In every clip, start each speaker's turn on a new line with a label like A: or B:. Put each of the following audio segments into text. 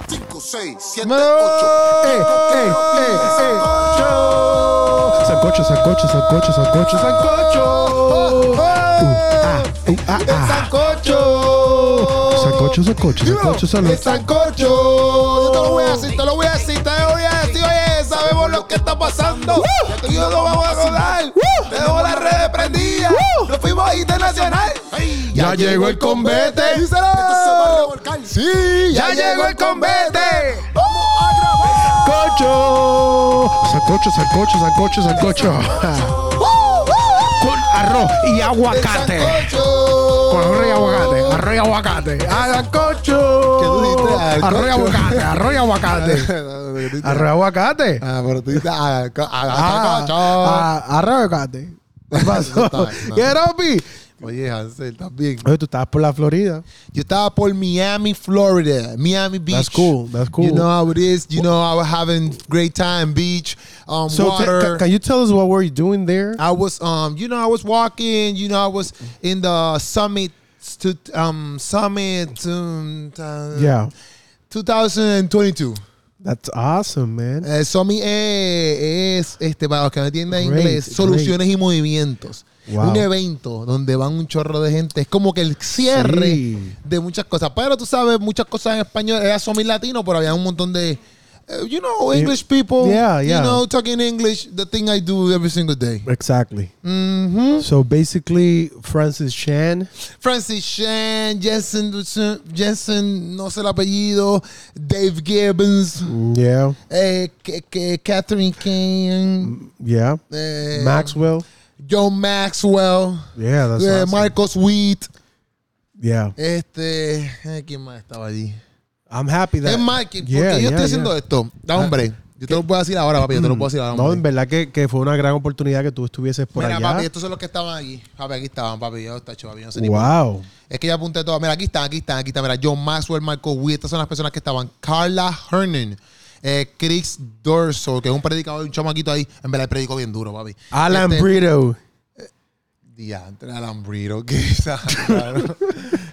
A: 6, 7, 8. Eh,
B: Sancocho, sancocho, sancocho, sancocho, sancocho. Uh, ah, uh, ah, ah.
A: sancocho!
B: Sancocho, sancocho,
A: Dímelo,
B: sancocho, salud.
A: ¡El sancocho! Yo te lo voy a decir, te lo voy a decir, te lo voy a decir. Oye, sabemos lo que está pasando. Tú y yo nos vamos a acordar. Tenemos las redes prendidas. Nos fuimos internacional.
B: Ya llegó el convete.
A: Díselo. Sí, ya llegó el convete.
B: Sancocho. Sancocho, sancocho, sancocho, sancocho. Ah, Con arroz y aguacate. Con arroz y aguacate. Arroz y aguacate. Ah, sancocho.
A: ¿Qué tú dijiste? Ah,
B: Arroz y
A: cocho.
B: aguacate. Arroz y aguacate. Arroz y aguacate.
A: Ah, pero tú dices, ah, co- ah,
B: Ah,
A: cocho.
B: ah, arroz y aguacate. ¿Qué pasó?
A: Está bien, no.
B: ¿Qué, Ropi?
A: ah. Oye, Hansel, ¿estás bien?
B: Oye, tú estabas por la Florida.
A: Yo estaba por Miami, Florida. Miami Beach.
B: That's cool. That's cool.
A: You know how it is. You know, I was having great time. Beach, um,
B: So, ca-
A: water.
B: ca- can you tell us what were you doing there?
A: I was, um, you know, I was walking. You know, I was in the summit to um summit um, uh,
B: Yeah,
A: 2022.
B: that's awesome, man.
A: Eh, Summit eh, es, este, para los que no entienden
B: Great,
A: inglés,
B: great.
A: soluciones y movimientos.
B: Wow.
A: Un evento donde van un chorro de gente. Es como que el cierre
B: Sí.
A: de muchas cosas. Pero tú sabes, muchas cosas en español. Era Summit latino, pero había un montón de. eh, You know, English people.
B: Yeah, yeah.
A: You know, talking English, the thing I do every single day.
B: Exactly.
A: hmm
B: So basically, Francis Chan.
A: Francis Shan, Jensen, Jensen, no sé el apellido, Dave Gibbons,
B: Yeah,
A: eh, que- que- Catherine Kane,
B: yeah.
A: eh,
B: Maxwell.
A: John Maxwell,
B: Yeah, that's
A: eh,
B: awesome.
A: Marcos Wheat,
B: Yeah,
A: este, eh, ¿quién más estaba allí?
B: I'm happy that.
A: es más, que-
B: Yeah,
A: porque yo
B: yeah,
A: estoy haciendo
B: yeah. Ah,
A: esto, da hombre, yo te lo puedo decir ahora, papi, yo te lo puedo decir ahora.
B: No, en
A: hombre.
B: verdad que, que fue una gran oportunidad que tú estuvieses por
A: Mira,
B: allá.
A: papi, este estos son los que estaban allí. Papi, aquí estaban, papi, yo está hecho, papi, yo no sé ni
B: wow.
A: Es que ya apunté todo. Mira, aquí están, aquí están, aquí están. Mira, John Maxwell, Marco Witt, estas son las personas que estaban. Carla Hernan, eh, Chris Dorso, que es un predicador, un chamaquito ahí. En verdad, predicó bien duro, papi.
B: Alan
A: Este-
B: Brito.
A: Diantre, Alan Brito, que esa- claro.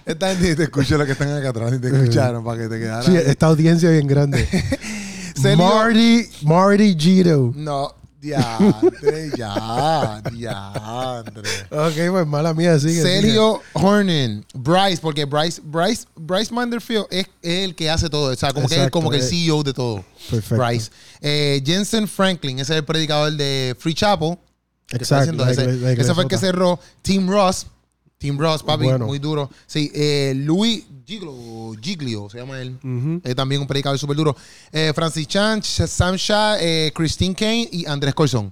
A: Esta gente ni te escuchó lo que están acá atrás, ni te escucharon para que te quedaras.
B: Sí, eh, esta audiencia bien grande.
A: Celio-
B: Marty, Marty Gito.
A: No, diantre, ya, diantre.
B: Ok, pues mala mía, sigue. sigue.
A: Sergio Hornan, Bryce, porque Bryce, Bryce, Bryce Manderfield es, es el que hace todo, o sea, como que es
B: Exacto,
A: como que el
B: eh.
A: CEO de todo.
B: Perfecto.
A: Bryce. Eh, Jensen Franklin, ese es el predicador de Free Chapel. que está
B: Exacto,
A: haciendo
B: la
A: ese,
B: igle- la
A: ese fue el
B: iglesota.
A: que cerró. Tim Ross, Tim Ross, papi,
B: Bueno.
A: muy duro. Sí, eh, Luis Giglio, Giglio, se llama él. Eh, también un predicador súper duro. Eh, Francis Chan, Sh- Sam Shah, eh, Christine Kane y Andrés Colson.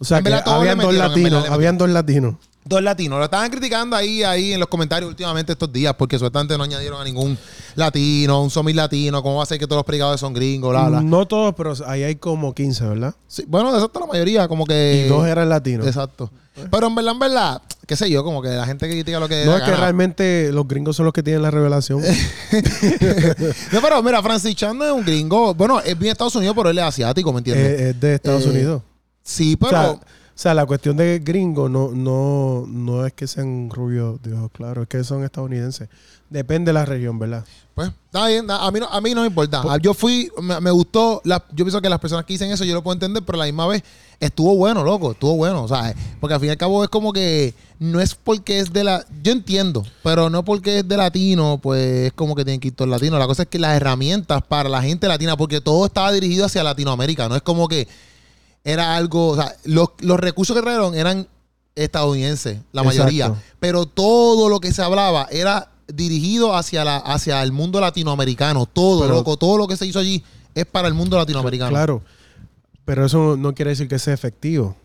B: O sea,
A: En
B: que
A: verdad, todos le
B: habían dos
A: metieron, en verdad,
B: latinos.
A: le
B: Habían dos latinos.
A: Dos latinos. Lo estaban criticando ahí, ahí en los comentarios últimamente estos días, porque sueltamente no añadieron a ningún latino, un somi latino. ¿Cómo va a ser que todos los predicadores son gringos? Bla, bla.
B: No todos, pero ahí hay como 15, ¿verdad?
A: Sí, bueno, exacto, la mayoría, como que.
B: Y dos eran latinos.
A: Eh, Exacto. Pero en verdad, en verdad, qué sé yo, como que la gente que critica lo que.
B: No
A: da
B: es que
A: gana.
B: realmente los gringos son los que tienen la revelación. eh,
A: No, pero mira, Francis Chan no es un gringo. Bueno, es bien de Estados Unidos, pero él es asiático, ¿me entiendes?
B: Eh, es de Estados
A: Eh,
B: Unidos.
A: sí,
B: O sea,
A: pero.
B: o sea, la cuestión de gringo no, no, no es que sean rubios, Dios, claro, es que son estadounidenses. Depende de la región, ¿verdad?
A: Pues, está bien, na- a mí no, a mí no me importa. Ah, Yo fui, me, me gustó, la- yo pienso que las personas que dicen eso yo lo puedo entender, pero a la misma vez estuvo bueno, loco, estuvo bueno, ¿sabes? Porque al fin y al cabo es como que no es porque es de la, yo entiendo, pero no porque es de latino, pues es como que tienen que ir todos latinos. La cosa es que las herramientas para la gente latina, porque todo estaba dirigido hacia Latinoamérica, no es como que era algo, o sea, los, los recursos que trajeron eran estadounidenses, la
B: Exacto.
A: mayoría, pero todo lo que se hablaba era dirigido hacia, la, hacia el mundo latinoamericano, todo,
B: Pero-
A: loco, todo lo que se hizo allí es para el mundo latinoamericano.
B: Claro. Pero eso no quiere decir que sea efectivo.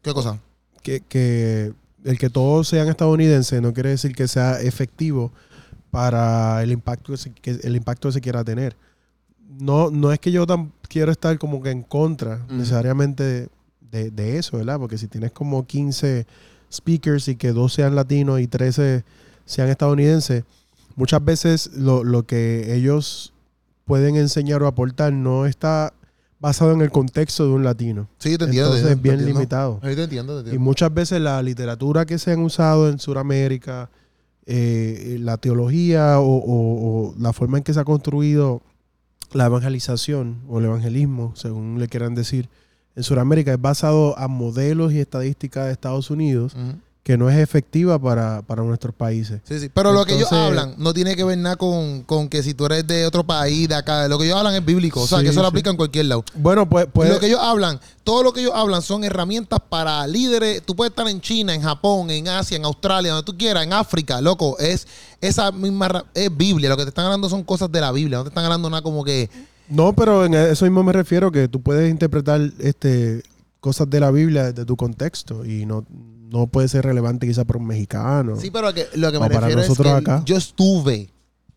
A: ¿Qué cosa?
B: Que, que el que todos sean estadounidenses no quiere decir que sea efectivo para el impacto que se, que el impacto que se quiera tener. No, no es que yo tan quiero estar como que en contra necesariamente de, de eso, ¿verdad? Porque si tienes como 15 speakers y que dos sean latinos y 13 sean estadounidenses, muchas veces lo, lo que ellos pueden enseñar o aportar no está basado en el contexto de un latino.
A: Sí, te entiendo.
B: Entonces
A: te
B: es bien
A: entiendo.
B: limitado.
A: Sí, te entiendo, te
B: Y
A: entiendo.
B: muchas veces la literatura que se han usado en Sudamérica, eh, la teología o, o- o la forma en que se ha construido la evangelización o el evangelismo, según le quieran decir, en Sudamérica es basado a modelos y estadísticas de Estados Unidos
A: Ujú.
B: que no es efectiva para, para nuestros países.
A: Sí, sí. Pero lo que ellos
B: Entonces-
A: hablan no tiene que ver nada con, con que si tú eres de otro país, de acá. Lo que ellos hablan es bíblico. O sea,
B: Sí,
A: que eso lo
B: sí.
A: aplica en cualquier lado.
B: Bueno, pues, pues
A: lo que ellos hablan, todo lo que ellos hablan son herramientas para líderes. Tú puedes estar en China, en Japón, en Asia, en Australia, donde tú quieras, en África, loco. Es esa misma ra- es Biblia. Lo que te están hablando son cosas de la Biblia. No te están hablando nada como que.
B: no, pero en eso mismo me refiero que tú puedes interpretar este cosas de la Biblia desde tu contexto y no, no puede ser relevante quizá para un mexicano.
A: Sí, pero que- lo que me
B: O para
A: refiero es que
B: nosotros acá.
A: yo estuve.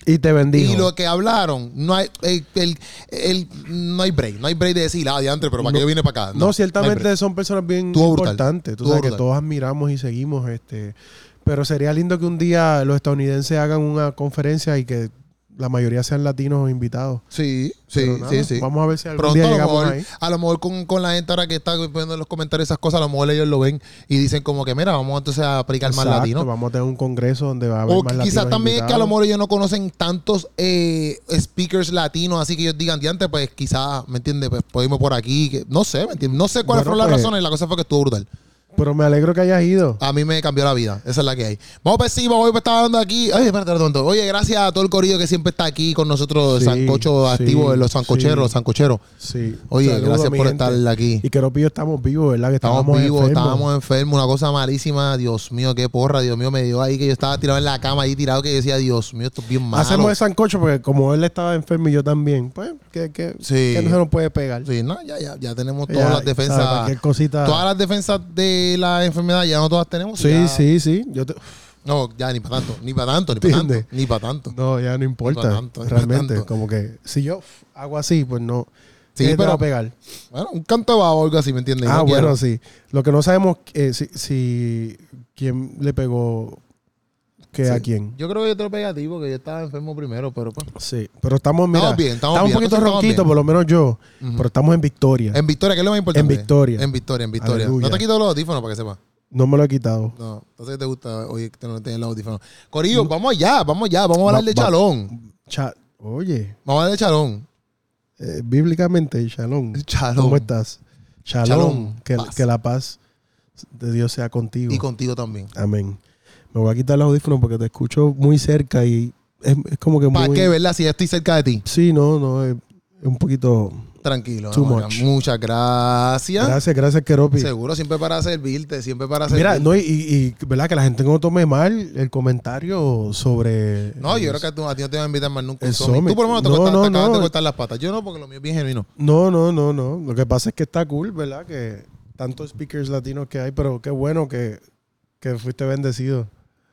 B: y te bendijo.
A: Y lo que hablaron, no hay, el, el- el- no hay break. No hay break de decir, ah, diantre, pero ¿para qué
B: No.
A: yo vine para acá?
B: No,
A: hay break.
B: ciertamente son personas bien
A: Estuvo brutal.
B: importantes. Tú
A: Estuvo
B: sabes que
A: brutal.
B: todos admiramos y seguimos. este Pero sería lindo que un día los estadounidenses hagan una conferencia y que la mayoría sean latinos o invitados.
A: Sí,
B: Pero
A: sí,
B: nada,
A: sí, sí.
B: Vamos a ver si algún
A: Pronto,
B: día
A: a lo
B: llegamos
A: mejor,
B: ahí.
A: a lo mejor con, con la gente ahora que está poniendo en los comentarios esas cosas, a lo mejor ellos lo ven y dicen como que, mira, vamos entonces a aplicar más
B: Exacto,
A: latino.
B: Vamos a tener un congreso donde va a haber
A: O
B: más latinos.
A: quizás también es que a lo
B: invitados.
A: mejor ellos no conocen tantos eh, speakers latinos, así que ellos digan, diante, pues quizás, ¿me entiendes? Pues podemos por aquí. que- no sé, ¿me entiendes? No sé cuáles
B: Bueno,
A: fueron las
B: pues.
A: razones, la cosa fue que estuvo brutal.
B: Pero me alegro que hayas ido.
A: A mí me cambió la vida. Esa es la que hay. Vamos para encima. Hoy estaba dando aquí. Oye, espérate, tonto. Oye, gracias a todo el corillo que siempre está aquí con nosotros,
B: Sí,
A: Sancocho
B: sí,
A: activo, los sancocheros,
B: sí.
A: los sancocheros.
B: Sí.
A: Oye,
B: Saludos,
A: gracias
B: mi
A: por
B: gente.
A: estar aquí.
B: Y que los pillos estamos vivos, ¿verdad? Que
A: Estábamos
B: estábamos
A: vivos,
B: enfermos.
A: estábamos enfermos, una cosa malísima. Dios mío, qué porra, Dios mío, me dio ahí que yo estaba tirado en la cama, ahí tirado, que yo decía, Dios mío, esto es bien malo.
B: Hacemos el sancocho porque como él estaba enfermo y yo también, pues que, que,
A: Sí.
B: que no se nos puede pegar.
A: Sí, no, ya, ya, ya tenemos
B: Ya,
A: todas las defensas.
B: sabe, cualquier cosita.
A: Todas las defensas de la enfermedad ya no todas tenemos.
B: Sí,
A: ya-
B: sí, sí. Yo te-
A: No, ya ni para tanto, ni para tanto, ni para tanto,
B: ¿Entiendes?
A: ni para tanto.
B: No, ya no importa.
A: No tanto, no
B: realmente,
A: tanto.
B: como que si yo uf, hago así, pues no.
A: Sí,
B: ¿Qué te va
A: pero-
B: a pegar.
A: Bueno, un canto de baba o algo así, ¿me entiendes?
B: ah,
A: No quiero.
B: bueno, sí. Lo que no sabemos eh, si, si quién le pegó que
A: Sí.
B: a quién.
A: Yo creo que yo te lo pegué a ti porque yo estaba enfermo primero, pero pues.
B: Sí, pero estamos, mira,
A: Estamos bien, estamos
B: un
A: bien,
B: poquito
A: nosotros estamos
B: ronquitos,
A: bien.
B: por lo menos yo,
A: Ujú. Em
B: pero estamos en victoria.
A: En Victoria, ¿qué es lo más importante?
B: En Victoria.
A: En Victoria, en Victoria.
B: Aleluya.
A: No te quito los audífonos para que sepas.
B: No me lo he quitado.
A: No, entonces te gusta hoy que no tienes los audífonos. Corillo, vamos allá, vamos allá, vamos a hablar de
B: Mm. Va- va-
A: chalón.
B: Cha- Oye,
A: Vamos a hablar de chalón.
B: eh, bíblicamente, Shalom.
A: Shalom.
B: ¿Cómo estás? Shalom.
A: Shalom,
B: Que,
A: paz.
B: que la paz de Dios sea contigo.
A: Y contigo también.
B: Amén. Me voy a quitar los audífonos porque te escucho muy cerca y es, es como que muy...
A: ¿Para qué, verdad? Si ya estoy cerca de ti.
B: Sí, no, no, es, es un poquito...
A: Tranquilo.
B: Too
A: no, mira,
B: much.
A: Muchas gracias.
B: Gracias, gracias, Keropi.
A: Seguro, siempre para servirte, siempre para servirte.
B: Mira, no, y, y- y, ¿verdad? Que la gente no tome mal el comentario sobre...
A: No, yo creo que tú- a ti no te van a invitar más nunca. un
B: El
A: summit.
B: summit.
A: Tú por lo menos te,
B: No,
A: cortas-
B: no,
A: te acabas
B: no.
A: de cortar las patas. Yo no, porque lo mío es bien genuino.
B: No, no, no, no. Lo que pasa es que está cool, ¿verdad? Que tantos speakers latinos que hay, pero qué bueno que, que fuiste bendecido.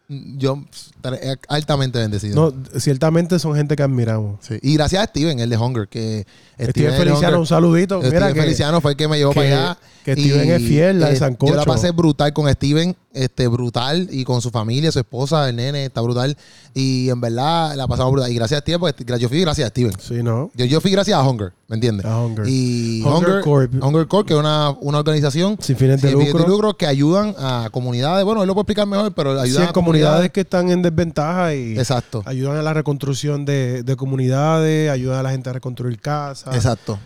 A: Yo estaré altamente bendecido.
B: No, ciertamente son gente que admiramos.
A: Sí. Y gracias a Steven, el de Hunger, que
B: Steven
A: el de
B: Feliciano, un
A: Hunger-
B: saludito. Mira
A: Steven
B: que,
A: Feliciano fue el que me llevó
B: que-
A: para allá.
B: que
A: y,
B: Steven es fiel, la de
A: eh,
B: Sancocho.
A: Yo la pasé brutal con Steven, este, brutal, y con su familia, su esposa, el nene, está brutal. Y en verdad la pasamos brutal. Y gracias a Steven, porque gra- yo fui gracias a Steven.
B: Sí, ¿no?
A: Yo, yo fui gracias a Hunger, ¿me entiendes?
B: A Hunger.
A: Y
B: Hunger
A: Hunger, Hunger Corp.
B: Corp.
A: que es una, una organización eh,
B: Sin fines de
A: sin fines
B: lucro.
A: que ayudan a comunidades. Bueno, él lo puede explicar mejor, pero ayudan
B: Sí,
A: a
B: en comunidades que están en desventaja y
A: Exacto,
B: ayudan a la reconstrucción de, de comunidades, ayudan a la gente a reconstruir casas,
A: exacto.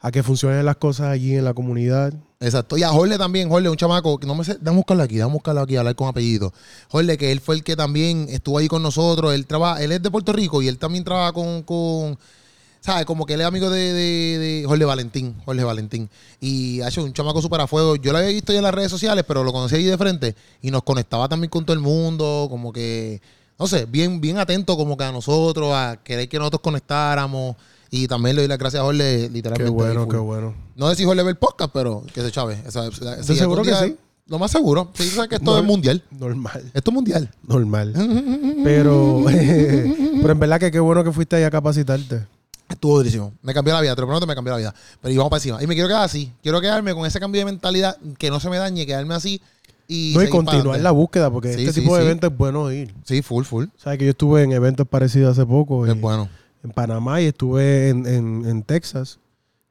B: a que funcionen las cosas allí en la comunidad.
A: Exacto. Y a Jorge también, Jorge, un chamaco, que no me sé, dame buscarlo aquí, dame buscarlo aquí, hablar con apellido. Jorge, que él fue el que también estuvo ahí con nosotros, él trabaja, él es de Puerto Rico y él también trabaja con, con ¿sabes? Como que él es amigo de, de, de Jorge Valentín, Jorge Valentín. Y ha hecho un chamaco súper a fuego. Yo lo había visto ya en las redes sociales, pero lo conocí ahí de frente y nos conectaba también con todo el mundo, como que, no sé, bien, bien atento como que a nosotros, a querer que nosotros conectáramos. Y también le doy las gracias a Jorge, literalmente.
B: Qué
A: ahí
B: bueno,
A: full.
B: qué bueno.
A: No sé si Jorge ve el podcast, pero que se chave. Eso,
B: Estoy seguro que sí.
A: Lo más seguro. Sí, tú sabes que esto
B: No.
A: es mundial.
B: Normal,
A: Esto es mundial.
B: normal. Pero, pero en verdad que qué bueno que fuiste ahí a capacitarte.
A: Estuvo durísimo. Me cambió la vida, te lo prometo, me cambió la vida. Pero íbamos para encima. Y me quiero quedar así. Quiero quedarme con ese cambio de mentalidad, que no se me dañe, quedarme así y.
B: no, y
A: seguir para
B: continuar
A: adelante.
B: la búsqueda, porque
A: Sí,
B: este
A: sí,
B: tipo de
A: sí.
B: eventos es bueno ir.
A: Sí, full, full.
B: Sabes que yo estuve en eventos parecidos hace poco, y-
A: Es bueno.
B: en Panamá y estuve en, en- en Texas.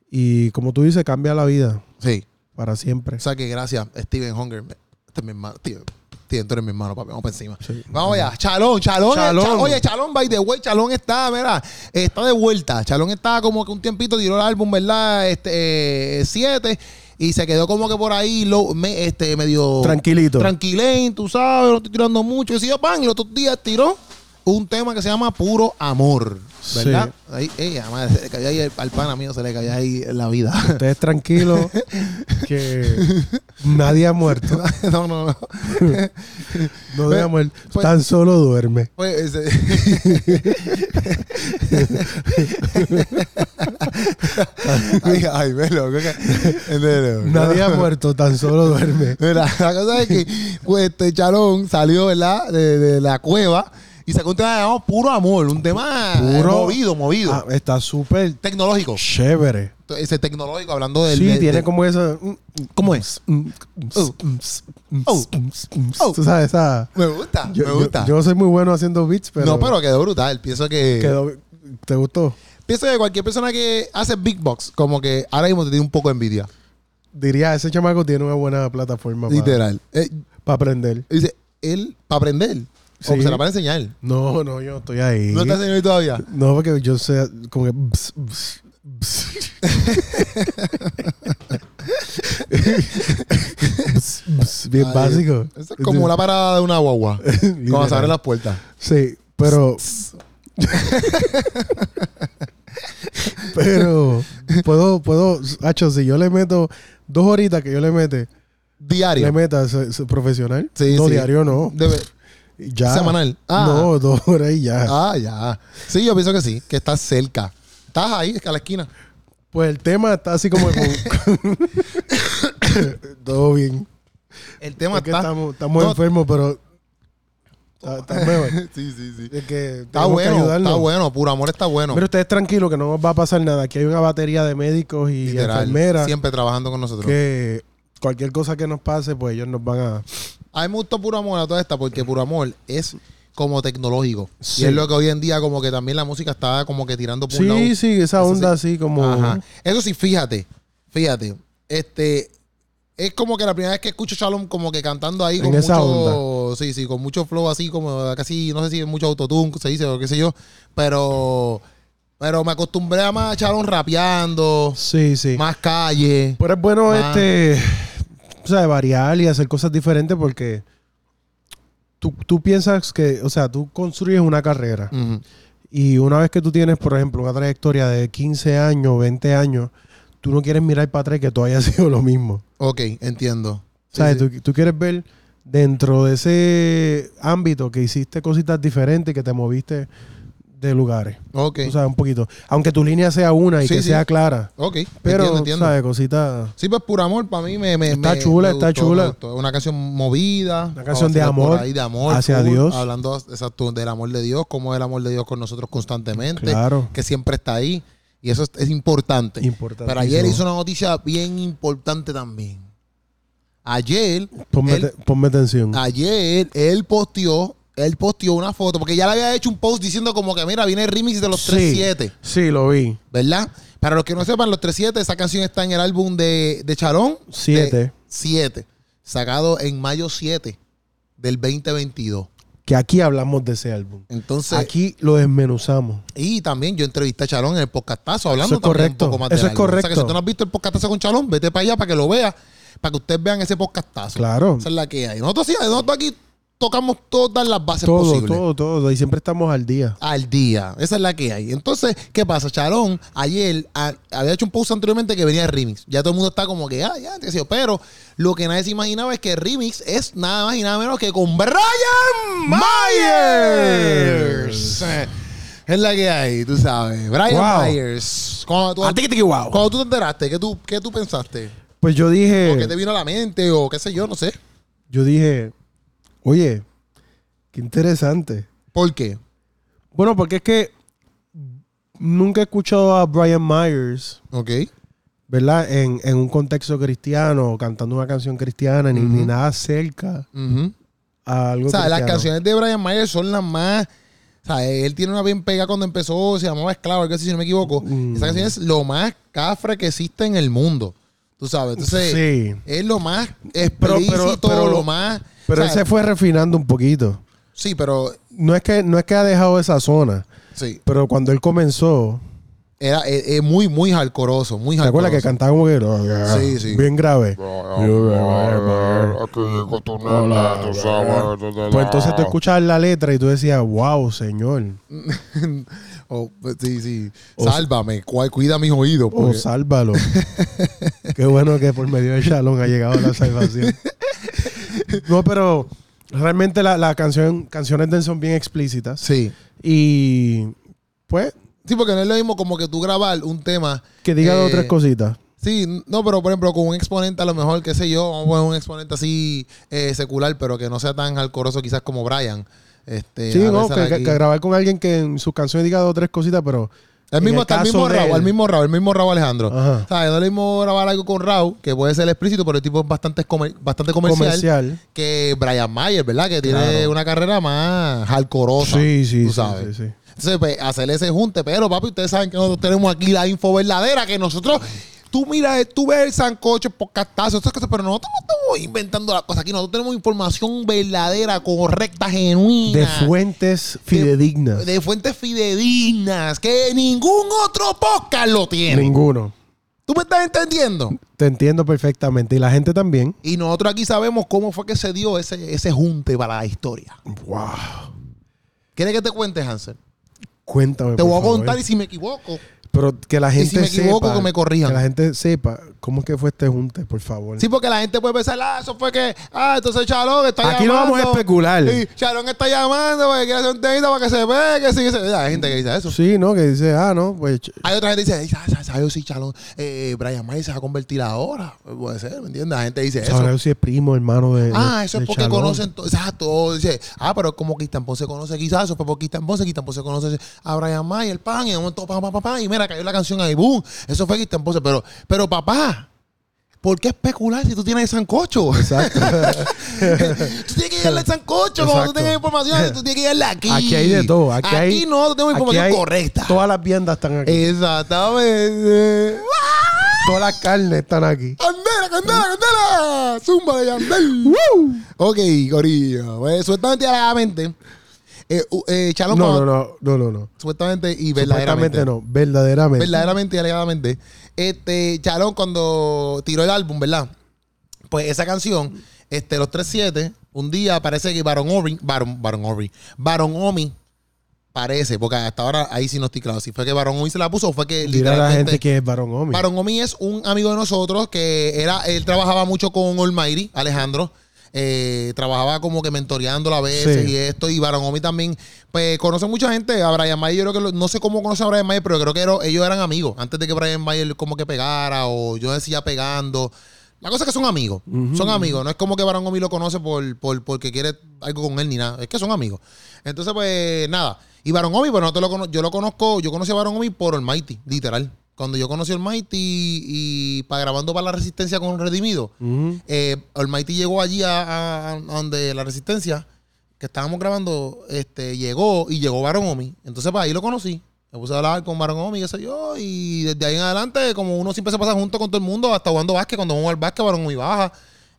B: Y como tú dices, cambia la vida
A: Sí.
B: para siempre.
A: O sea que gracias, Steven Hunger. Este es mi hermano. Steven. Steven, tú eres mi hermano, papi. Vamos para encima.
B: Sí.
A: Vamos allá. Chalón, Chalón.
B: Chalón.
A: Cha- oye, Chalón, by the way, Chalón está, mira, está de vuelta. Chalón está como que un tiempito, tiró el álbum, ¿verdad? Este, eh, siete. Y se quedó como que por ahí, low- me- este, medio...
B: Tranquilito.
A: Tranquilén, tú sabes, no estoy tirando mucho. Y si yo, pan, y los otros días tiró un tema que se llama Puro Amor, ¿verdad? Ahí, ey, además, se le cayó ahí, el- al pana mío se le cayó ahí la vida.
B: Ustedes tranquilos que nadie ha muerto.
A: no, no, no.
B: No
A: Pues,
B: ha muerto.
A: pues-
B: Tan solo duerme.
A: Pues, este, ese- ay, ay, ve loco. que- en serio.
B: Nadie ha muerto, tan solo duerme.
A: Mira, la cosa es que pues, este Chalón salió, ¿verdad? De, de la cueva y sacó un tema llamado Puro Amor, un tema eh,
B: Puro-
A: movido, movido.
B: Ah, está súper
A: Tecnológico.
B: chévere.
A: Ese tecnológico, hablando del.
B: sí,
A: de-
B: tiene
A: de-
B: como mm, esa.
A: ¿Cómo es?
B: mm,
A: Oh. Oh. Oh.
B: Tú sabes, esa.
A: Me gusta,
B: Yo,
A: me
B: yo-
A: gusta.
B: yo soy muy bueno haciendo beats, pero.
A: no, pero quedó brutal. Pienso que.
B: quedó- ¿Te gustó?
A: Pienso que cualquier persona que hace Big Box, como que ahora mismo te tiene un poco de envidia.
B: Diría, ese chamaco tiene una buena plataforma para
A: Literal. Eh,
B: aprender.
A: dice, él, para aprender. O
B: Sí.
A: se la para enseñar.
B: No, no, yo no estoy ahí.
A: No está enseñando ahí todavía.
B: No, porque yo sé como que. bzz, bzz, bzz. Bzz, bzz, Bien
A: Ay,
B: básico.
A: Eso es como la parada de una guagua. cuando se abren las puertas.
B: Sí, pero. pero. Puedo, puedo. Hacho, si yo le meto dos horitas que yo le mete, le
A: Diario.
B: meta se- se- profesional.
A: Sí,
B: no,
A: sí.
B: diario no.
A: Debe-
B: Ya.
A: Semanal. Ah.
B: No, dos horas y ya.
A: Ah, ya. Sí, yo pienso que sí, que estás cerca. Estás ahí, a la esquina.
B: Pues el tema está así como. con- Todo bien.
A: El tema
B: Es que
A: está.
B: estamos, estamos
A: No.
B: enfermos, pero. Está, está mejor.
A: Sí, sí, sí.
B: Es que
A: Está
B: tenemos que
A: bueno,
B: ayudarnos.
A: está bueno, puro amor está bueno.
B: Pero ustedes tranquilos que no nos va a pasar nada. Aquí hay una batería de médicos y
A: Literal,
B: enfermeras
A: Siempre trabajando con nosotros.
B: que cualquier cosa que nos pase, pues ellos nos van a.
A: A mí me gustó Puro Amor a toda esta porque Puro Amor es como tecnológico.
B: Sí.
A: Y es lo que hoy en día como que también la música está como que tirando por un lado.
B: Sí, sí, esa
A: Eso
B: onda así como.
A: Ajá. Eso sí, fíjate, fíjate. Este es como que la primera vez que escucho Shalom como que cantando ahí
B: En
A: con
B: esa
A: mucho
B: onda.
A: sí, sí, con mucho flow así como casi no sé si mucho autotune se dice o qué sé yo, pero pero me acostumbré a más Shalom rapeando,
B: Sí, sí.
A: más calle.
B: Pero es bueno
A: Ah.
B: este, o sea, variar y hacer cosas diferentes porque tú, tú piensas que, o sea, tú construyes una carrera
A: Ujú.
B: y una vez que tú tienes, por ejemplo, una trayectoria de 15 años, 20 años, tú no quieres mirar para atrás que todo haya sido lo mismo.
A: Ok, entiendo. Sí,
B: ¿Sabes?
A: sí.
B: Tú, tú quieres ver dentro de ese ámbito que hiciste cositas diferentes, que te moviste de lugares.
A: Ok.
B: O sea, un poquito. Aunque tu línea sea una y
A: Sí,
B: que
A: sí.
B: sea clara.
A: ok,
B: Pero,
A: entiendo, entiendo.
B: ¿sabes? Cositas...
A: Sí, pues Puro Amor para mí me, me-
B: Está
A: me-
B: chula,
A: me
B: está
A: gustó,
B: chula.
A: me gustó. Una canción movida. Una
B: canción de amor
A: de amor.
B: hacia
A: full,
B: Dios.
A: Hablando exacto del amor de Dios, cómo es el amor de Dios con nosotros constantemente.
B: Claro.
A: Que siempre está ahí. Y eso es, es importante.
B: Importantísimo.
A: Pero ayer hizo una noticia bien importante también. Ayer,
B: Ponme,
A: él-
B: Pues te- ponme atención.
A: Ah, ayer, él posteó, él posteó una foto, porque ya le había hecho un post diciendo como que mira, viene el remix de los
B: Sí.
A: 37.
B: Sí, lo vi.
A: ¿verdad? Para los que no sepan, los 37, esa canción está en el álbum de, de Charón.
B: Siete.
A: de- Siete. Sacado en mayo 7 del 2022.
B: Que aquí hablamos de ese álbum.
A: Entonces,
B: Aquí lo desmenuzamos.
A: y también yo entrevisté a Charón en el podcastazo hablando
B: es
A: también
B: correcto.
A: un poco más
B: Eso
A: del
B: es
A: álbum. O sea, que
B: correcto.
A: si tú no has visto el podcastazo con Charón, vete para allá para que lo veas, para que ustedes vean ese podcastazo.
B: Claro.
A: Esa es la que hay. Nosotros, sí, nosotros aquí tocamos todas las bases
B: Todo,
A: posibles.
B: todo, todo. Y siempre estamos al día.
A: al día. Esa es la que hay. Entonces, ¿qué pasa? Charón, ayer a- había hecho un post anteriormente que venía el remix. Ya todo el mundo está como que, ah, ya, qué sé yo. Pero lo que nadie se imaginaba es que el remix es nada más y nada menos que con Brian Myers. Eh, Es la que hay, tú sabes. Brian
B: Wow.
A: Myers. Cuando tú, cuando tú te enteraste, ¿qué tú, qué tú pensaste?
B: Pues yo dije.
A: ¿O qué te vino a la mente? ¿O qué sé yo? No sé.
B: Yo dije. Oye, qué interesante.
A: ¿Por qué?
B: Bueno, porque es que nunca he escuchado a Brian Myers,
A: ¿Ok?
B: ¿verdad? En, en un contexto cristiano, cantando una canción cristiana, ni, ni nada cerca
A: Ujú.
B: a algo
A: O sea, las
B: cristiano.
A: canciones de Brian Myers son las más. O sea, él tiene una bien pega cuando empezó, se llamaba Esclavo, algo así, si no me equivoco.
B: Mm.
A: Esa canción es lo más cafre que existe en el mundo. Tú sabes. Entonces,
B: Sí.
A: es lo más
B: pero-
A: explícito,
B: pero
A: lo
B: lo-
A: más.
B: Pero
A: O
B: él
A: sea,
B: se fue refinando un poquito.
A: Sí, pero
B: No es que, no es que ha dejado esa zona,
A: sí.
B: pero cuando él comenzó,
A: Era eh, eh, muy, muy hardcoreoso. Muy
B: ¿te acuerdas que
A: hardcoreoso.
B: cantaba como que ah,
A: Sí, sí.
B: bien grave? Pues
C: Pues
B: entonces tú escuchabas la letra y tú decías, wow, señor,
A: Oh, pues, sí, sí.
B: O-
A: Sálvame, cua- cuida mis oídos.
B: o
A: porque-
B: oh, sálvalo. Qué bueno que por medio de Shalom ha llegado la salvación. No, pero realmente las la canción, canciones de él son bien explícitas.
A: sí.
B: Y pues,
A: Sí, porque no es lo mismo como que tú grabar un tema.
B: que diga dos o
A: Eh,
B: tres cositas.
A: Sí, no, pero por ejemplo, con un exponente a lo mejor, qué sé yo, vamos a poner un exponente así eh, secular, pero que no sea tan alcoroso quizás como Brian. Este,
B: Sí,
A: a
B: no,
A: veces
B: que, que-
A: aquí-
B: que grabar con alguien que en sus canciones diga dos o tres cositas, pero.
A: El
B: en
A: mismo,
B: el
A: está el
B: caso
A: mismo
B: de
A: Raúl,
B: él.
A: el mismo Raúl, el mismo Raúl Alejandro.
B: Ajá.
A: O sea, no es lo mismo grabar algo con Raúl, que puede ser explícito, pero el tipo es bastante, comer- bastante comercial,
B: Comercial.
A: que Brian Mayer, ¿verdad? Que tiene
B: Claro.
A: una carrera más hardcoreosa.
B: Sí, sí,
A: tú
B: sí,
A: sabes.
B: sí, sí.
A: Entonces, pues, hacer ese junte. Pero, papi, ustedes saben que nosotros tenemos aquí la info verdadera, que nosotros, tú mira, tú ves el sancocho, podcastazo, estas cosas, pero nosotros no estamos inventando las cosas aquí. Nosotros tenemos información verdadera, correcta, genuina.
B: De fuentes fidedignas.
A: De fuentes fidedignas, que ningún otro podcast lo tiene.
B: Ninguno.
A: ¿Tú me estás entendiendo?
B: Te entiendo perfectamente. Y la gente también.
A: Y nosotros aquí sabemos cómo fue que se dio ese, ese junte para la historia.
B: Wow.
A: ¿Quieres que te cuente, Hansel?
B: Cuéntame.
A: Te
B: por
A: voy a
B: favor.
A: contar y si me equivoco.
B: Pero que la
A: si
B: gente
A: me equivoco,
B: sepa-
A: que me corrijan.
B: Que la gente sepa cómo es que fue este junte, por favor.
A: Sí, porque la gente puede pensar, ah, eso fue que, ah, entonces Charón está
B: Aquí no
A: llamando.
B: vamos a especular.
A: Sí, Charón está llamando porque quiere hacer un temita para que se ve, que sí, que se ve. Hay gente que dice eso.
B: Sí, ¿no? Que dice, ah, no, pues. ch-
A: Hay otra gente que dice, "Ay, ¿sabes? ¿sabes? Yo sí, Charón, eh, Brian Mayer se va a convertir ahora. Puede ser, ¿me entiendes? La gente dice eso.
B: Sabrá si es primo, hermano de.
A: Ah,
B: de-
A: eso
B: de
A: es porque
B: Chalón.
A: conocen todo. Exacto. O Dice, ah, pero como Cristampón se conoce, quizás eso fue por Cristampón, Cristampón se conoce a Brian Mayer, el pan, y de momento, pa, pa, pa, pa, y mira, cayó la canción ahí, boom. Eso fue Cristampón. Pero, pero papá, ¿por qué especular si tú tienes el sancocho?
B: Exacto.
A: tú tienes que llegarle al sancocho, como tú
B: Exacto.
A: tengas información, tú tienes que llegarle aquí.
B: Aquí hay de todo. Aquí, hay,
A: no, tenemos
B: aquí
A: información
B: hay-
A: correcta. Eh,
B: Todas las viandas están aquí.
A: Exactamente.
B: todas las carnes están aquí.
A: ¡Candela, candela, candela! ¡Zumba de Yandel! ¡Woo! Ok, Corillo. Pues, supuestamente y alegadamente. Eh, u- eh,
B: No,
A: Chalón,
B: no,
A: cuando-
B: no, no, no. no.
A: Supuestamente y verdaderamente.
B: Supuestamente no, verdaderamente.
A: Verdaderamente y alegadamente. Este, Chalón, cuando tiró el álbum, ¿verdad? Pues esa canción, este, los 3-7, un día parece que Baron Omi, Baron, Baron Omi, Baron Omi, parece, porque hasta ahora ahí sí no estoy claro. Si fue que Baron Omi se la puso o fue que
B: Dile a la gente que es varón hombre.
A: Baron Omi es un amigo de nosotros que era, él trabajaba mucho con Almighty, Alejandro. eh, trabajaba como que mentoreándolo a veces
B: Sí.
A: y esto. Y Baron Omi también, pues conoce mucha gente. A Brian Mayer, yo creo que lo- no sé cómo conoce a Brian Mayer, pero creo que era- ellos eran amigos antes de que Brian Mayer como que pegara o yo decía pegando. La cosa es que son amigos, son amigos. No es como que Baron Omi lo conoce por, por- porque quiere algo con él ni nada. Es que son amigos. Entonces, pues nada. Y Baron Omi, pues nosotros lo cono- yo lo conozco, yo conocí a Baron Omi por Almighty, literal. Cuando yo conocí a Almighty y, para grabando para la Resistencia con Redimido,
B: Ujú.
A: eh, Almighty llegó allí a, a- a donde la Resistencia, que estábamos grabando, este, llegó y llegó Baron Omi. Entonces, para ahí lo conocí. Me puse a hablar con Baron Omi, qué sé yo, y desde ahí en adelante, como uno siempre se pasa junto con todo el mundo, hasta jugando básquet, cuando vamos al básquet, Baron Omi baja.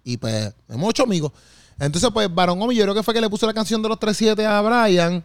A: Y pues, hemos hecho amigos. Entonces, pues, Baron Omi, yo creo que fue que le puso la canción de los 3-7 a Brian,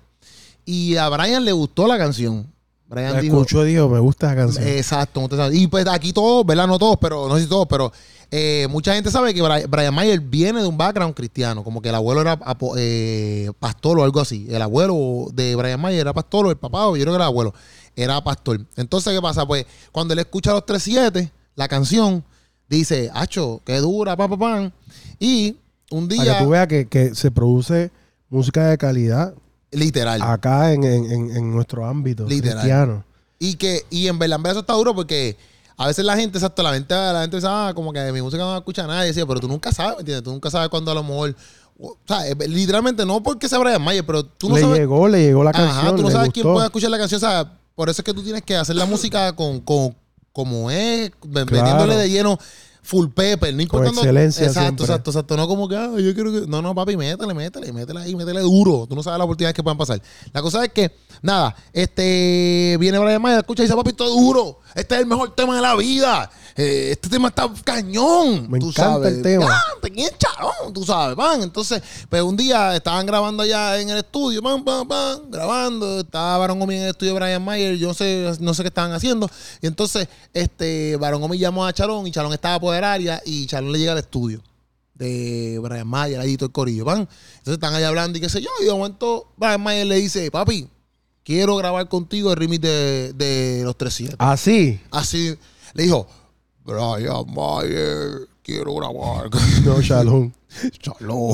A: y a Brian le gustó la canción. Brian
B: La
A: dijo,
B: escucho, dijo, me gusta esa canción.
A: Exacto. usted sabe. Y pues aquí todos, ¿verdad? No todos, pero no sé si todos, pero eh, mucha gente sabe que Bri- Brian Mayer viene de un background cristiano, como que el abuelo era apo- eh, pastor o algo así. El abuelo de Brian Mayer era pastor o el papá, o yo creo que era abuelo, era pastor. Entonces, ¿qué pasa? Pues cuando él escucha los 3-7, la canción, dice, Acho, qué dura, papá, pam. Y un
B: Para
A: día,
B: que tú veas que, que se produce música de calidad
A: literal.
B: acá en, en- en- en nuestro ámbito
A: Literal.
B: cristiano.
A: Y que, y en verdad, en verdad eso está duro porque a veces la gente, exacto, la gente, la gente dice, ah, como que de mi música no la escucha nadie, decía, pero tú nunca sabes, ¿me ¿entiendes? Tú nunca sabes cuándo a lo mejor, o sea, eh, literalmente no porque sea Brian Mayer, pero tú no
B: le
A: sabes,
B: llegó, le llegó la
A: ajá,
B: canción,
A: tú no
B: le
A: sabes quién
B: gustó.
A: puede escuchar la canción, o sea, por eso es que tú tienes que hacer la música con, con como es, ve- metiéndole de lleno full pepper, no importando.
B: excelencia
A: Exacto,
B: siempre.
A: exacto, exacto, no como que, ah, yo quiero que, no, no, papi, métele, métele, métele ahí, métele duro, tú no sabes las oportunidades que puedan pasar. La cosa es que, nada, este, viene Brian Mayer, escucha y dice, papi, esto es duro, Este es el mejor tema de la vida. Eh, este tema está cañón.
B: Me
A: tú
B: encanta
A: sabes.
B: el tema.
A: Ah, te quieren charón, tú sabes, van. Entonces, pues un día estaban grabando allá en el estudio, pam, pam, pam, grabando. Estaba Baron Omi en el estudio de Brian Mayer, yo no sé, no sé qué estaban haciendo. Y entonces, este, Baron Omi llamó a Charón y Charón estaba por el área y Charón le llega al estudio de Brian Mayer, allí todo el corillo, van. Entonces están allá hablando y qué sé yo, y de momento Brian Mayer le dice, papi, quiero grabar contigo el remix de, de Los 300.
B: Así.
A: Así, le dijo, Brian Mayer, quiero grabar.
B: No, Shalom.
A: Chalón.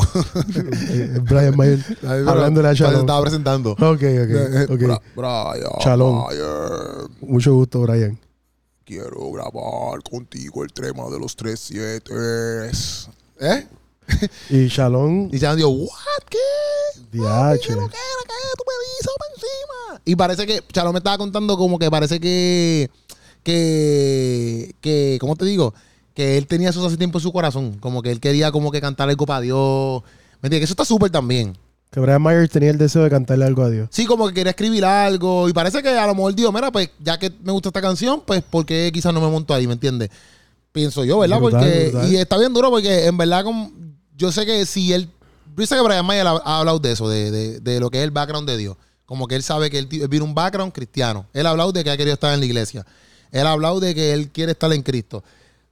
B: Eh, Brian Mayer hablándole a
A: Cuando
B: Shalom.
A: Estaba presentando.
B: Ok,
A: Eh, oh, eh,
B: ok, ok.
A: Bra- Brian
B: Chalón.
A: Mayer,
B: Mucho gusto, Brian.
A: quiero grabar contigo el tema de los 37. ¿Eh?
B: Y Shalom,
A: Y Chalón dijo, ¿what? ¿Qué?
B: Diache.
A: ¿Qué es lo que era? ¿Qué? Tú me dices por encima. Y parece que Chalón me estaba contando como que parece que, que, que, ¿cómo te digo? Que él tenía eso hace tiempo en su corazón. Como que él quería como que cantar algo para Dios. ¿Me entiendes? Que eso está súper también.
B: que Brian Mayer tenía el deseo de cantarle algo a Dios.
A: Sí, como que quería escribir algo. Y parece que a lo mejor digo, mira, pues ya que me gusta esta canción, pues porque quizás no me monto ahí, ¿me entiendes? Pienso yo, ¿verdad?
B: Brutal,
A: porque
B: brutal.
A: Y está bien duro porque en verdad como- yo sé que si él... Yo sé que Brian Mayer ha, ha hablado de eso, de, de- de lo que es el background de Dios. Como que él sabe que él, ti- él viene un background cristiano. Él ha hablado de que ha querido estar en la iglesia. Él ha hablado de que él quiere estar en Cristo.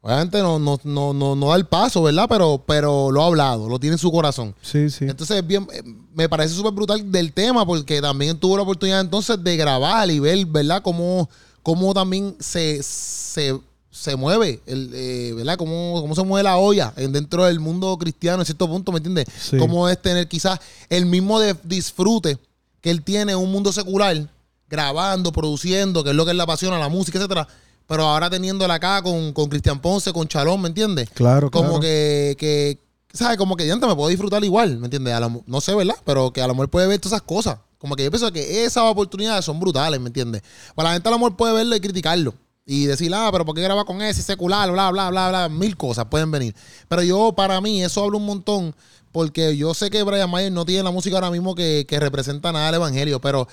A: Obviamente no, no, no, no, no da el paso, ¿verdad? Pero, pero lo ha hablado, lo tiene en su corazón.
B: Sí, sí.
A: Entonces, bien, eh, me parece súper brutal del tema porque también tuvo la oportunidad entonces de grabar y ver, ¿verdad? Cómo, cómo también se, se, se mueve, el, eh, ¿verdad? Cómo, cómo se mueve la olla en- dentro del mundo cristiano en cierto punto, ¿me entiendes?
B: Sí.
A: Cómo es tener quizás el mismo de- disfrute que él tiene en un mundo secular, grabando, produciendo, que es lo que él le apasiona, la música, etcétera. Pero ahora teniéndola acá con, con Cristian Ponce, con Chalón, ¿me entiendes?
B: Claro, claro.
A: como que, que ¿sabes? Como que ya me puedo disfrutar igual, ¿me entiendes? A lo- no sé, ¿verdad? Pero que a lo mejor puede ver todas esas cosas. Como que yo pienso que esas oportunidades son brutales, ¿me entiendes? Para la gente a lo mejor puede verlo y criticarlo. Y decir, ah, pero ¿por qué graba con ese secular? Bla, bla, bla, bla. Mil cosas pueden venir. Pero yo, para mí, eso habla un montón. Porque yo sé que Brian Mayer no tiene la música ahora mismo que, que representa nada al evangelio. Pero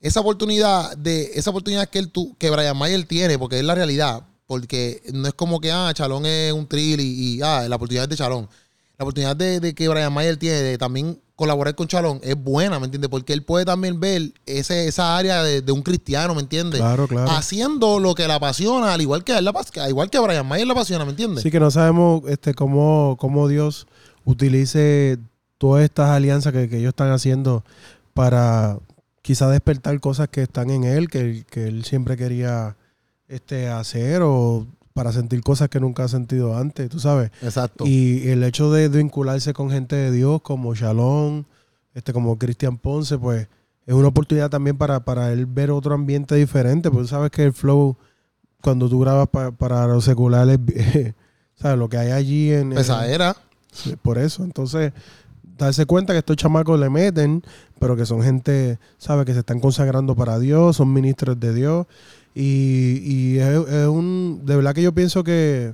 A: esa oportunidad de esa oportunidad que él tu- que Brian Mayer tiene porque es la realidad porque no es como que ah Chalón es un trill y, y, ah la oportunidad es de Chalón la oportunidad de, de que Brian Mayer tiene de también colaborar con Chalón es buena ¿me entiendes? porque él puede también ver ese, esa área de, de un cristiano ¿me entiendes?
B: Claro, claro.
A: haciendo lo que la apasiona al igual que a él la pas- al igual que a Brian Mayer la apasiona ¿me entiendes?
B: Sí, que no sabemos este, cómo, cómo Dios utilice todas estas alianzas que, que ellos están haciendo para quizá despertar cosas que están en él, que, él- que él siempre quería este, hacer o para sentir cosas que nunca ha sentido antes, tú sabes.
A: exacto
B: Y el hecho de vincularse con gente de Dios como Shalom, este, como Cristian Ponce, pues es una oportunidad también para, para él ver otro ambiente diferente. Pues tú sabes que el flow, cuando tú grabas pa- para los seculares, eh, ¿sabes? Lo que hay allí en... en-
A: esa era
B: Sí, Por eso, entonces, darse cuenta que estos chamacos le meten, pero que son gente, ¿sabes? Que se están consagrando para Dios, son ministros de Dios. Y, y es, es un. De verdad que yo pienso que,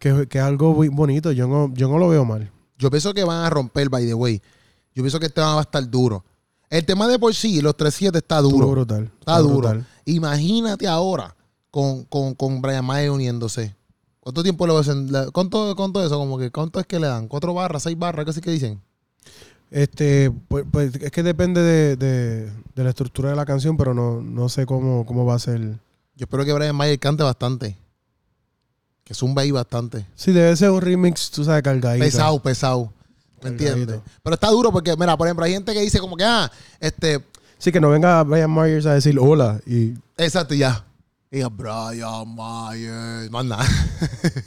B: que, que es algo muy bonito. Yo no, yo no lo veo mal.
A: Yo pienso que van a romper, by the way. Yo pienso que este tema va a estar duro. El tema de por sí, los 3-7 está
B: Estuvo
A: duro.
B: brutal.
A: está
B: estuvo
A: duro.
B: brutal.
A: Imagínate ahora con, con, con Brian Mayer uniéndose. ¿Cuánto tiempo le hacen? La- ¿Cuánto, ¿Cuánto eso? Como que ¿Cuánto es que le dan? ¿Cuatro barras? ¿Seis barras? ¿Qué es que dicen?
B: Este, pues, pues, es que depende de, de- de la estructura de la canción, pero no, no sé cómo, cómo va a ser.
A: Yo espero que Brian Mayer cante bastante. Que zumba ahí bastante.
B: Sí, debe ser un remix, tú sabes, cargadito.
A: Pesado, pesado. ¿Me
B: Cargadito.
A: entiendes? Pero está duro porque, mira, por ejemplo, hay gente que dice como que, ah, este,
B: Sí, que no venga Brian Myers a decir hola y
A: Exacto, ya. Y yo, Brian Myers. Más nada.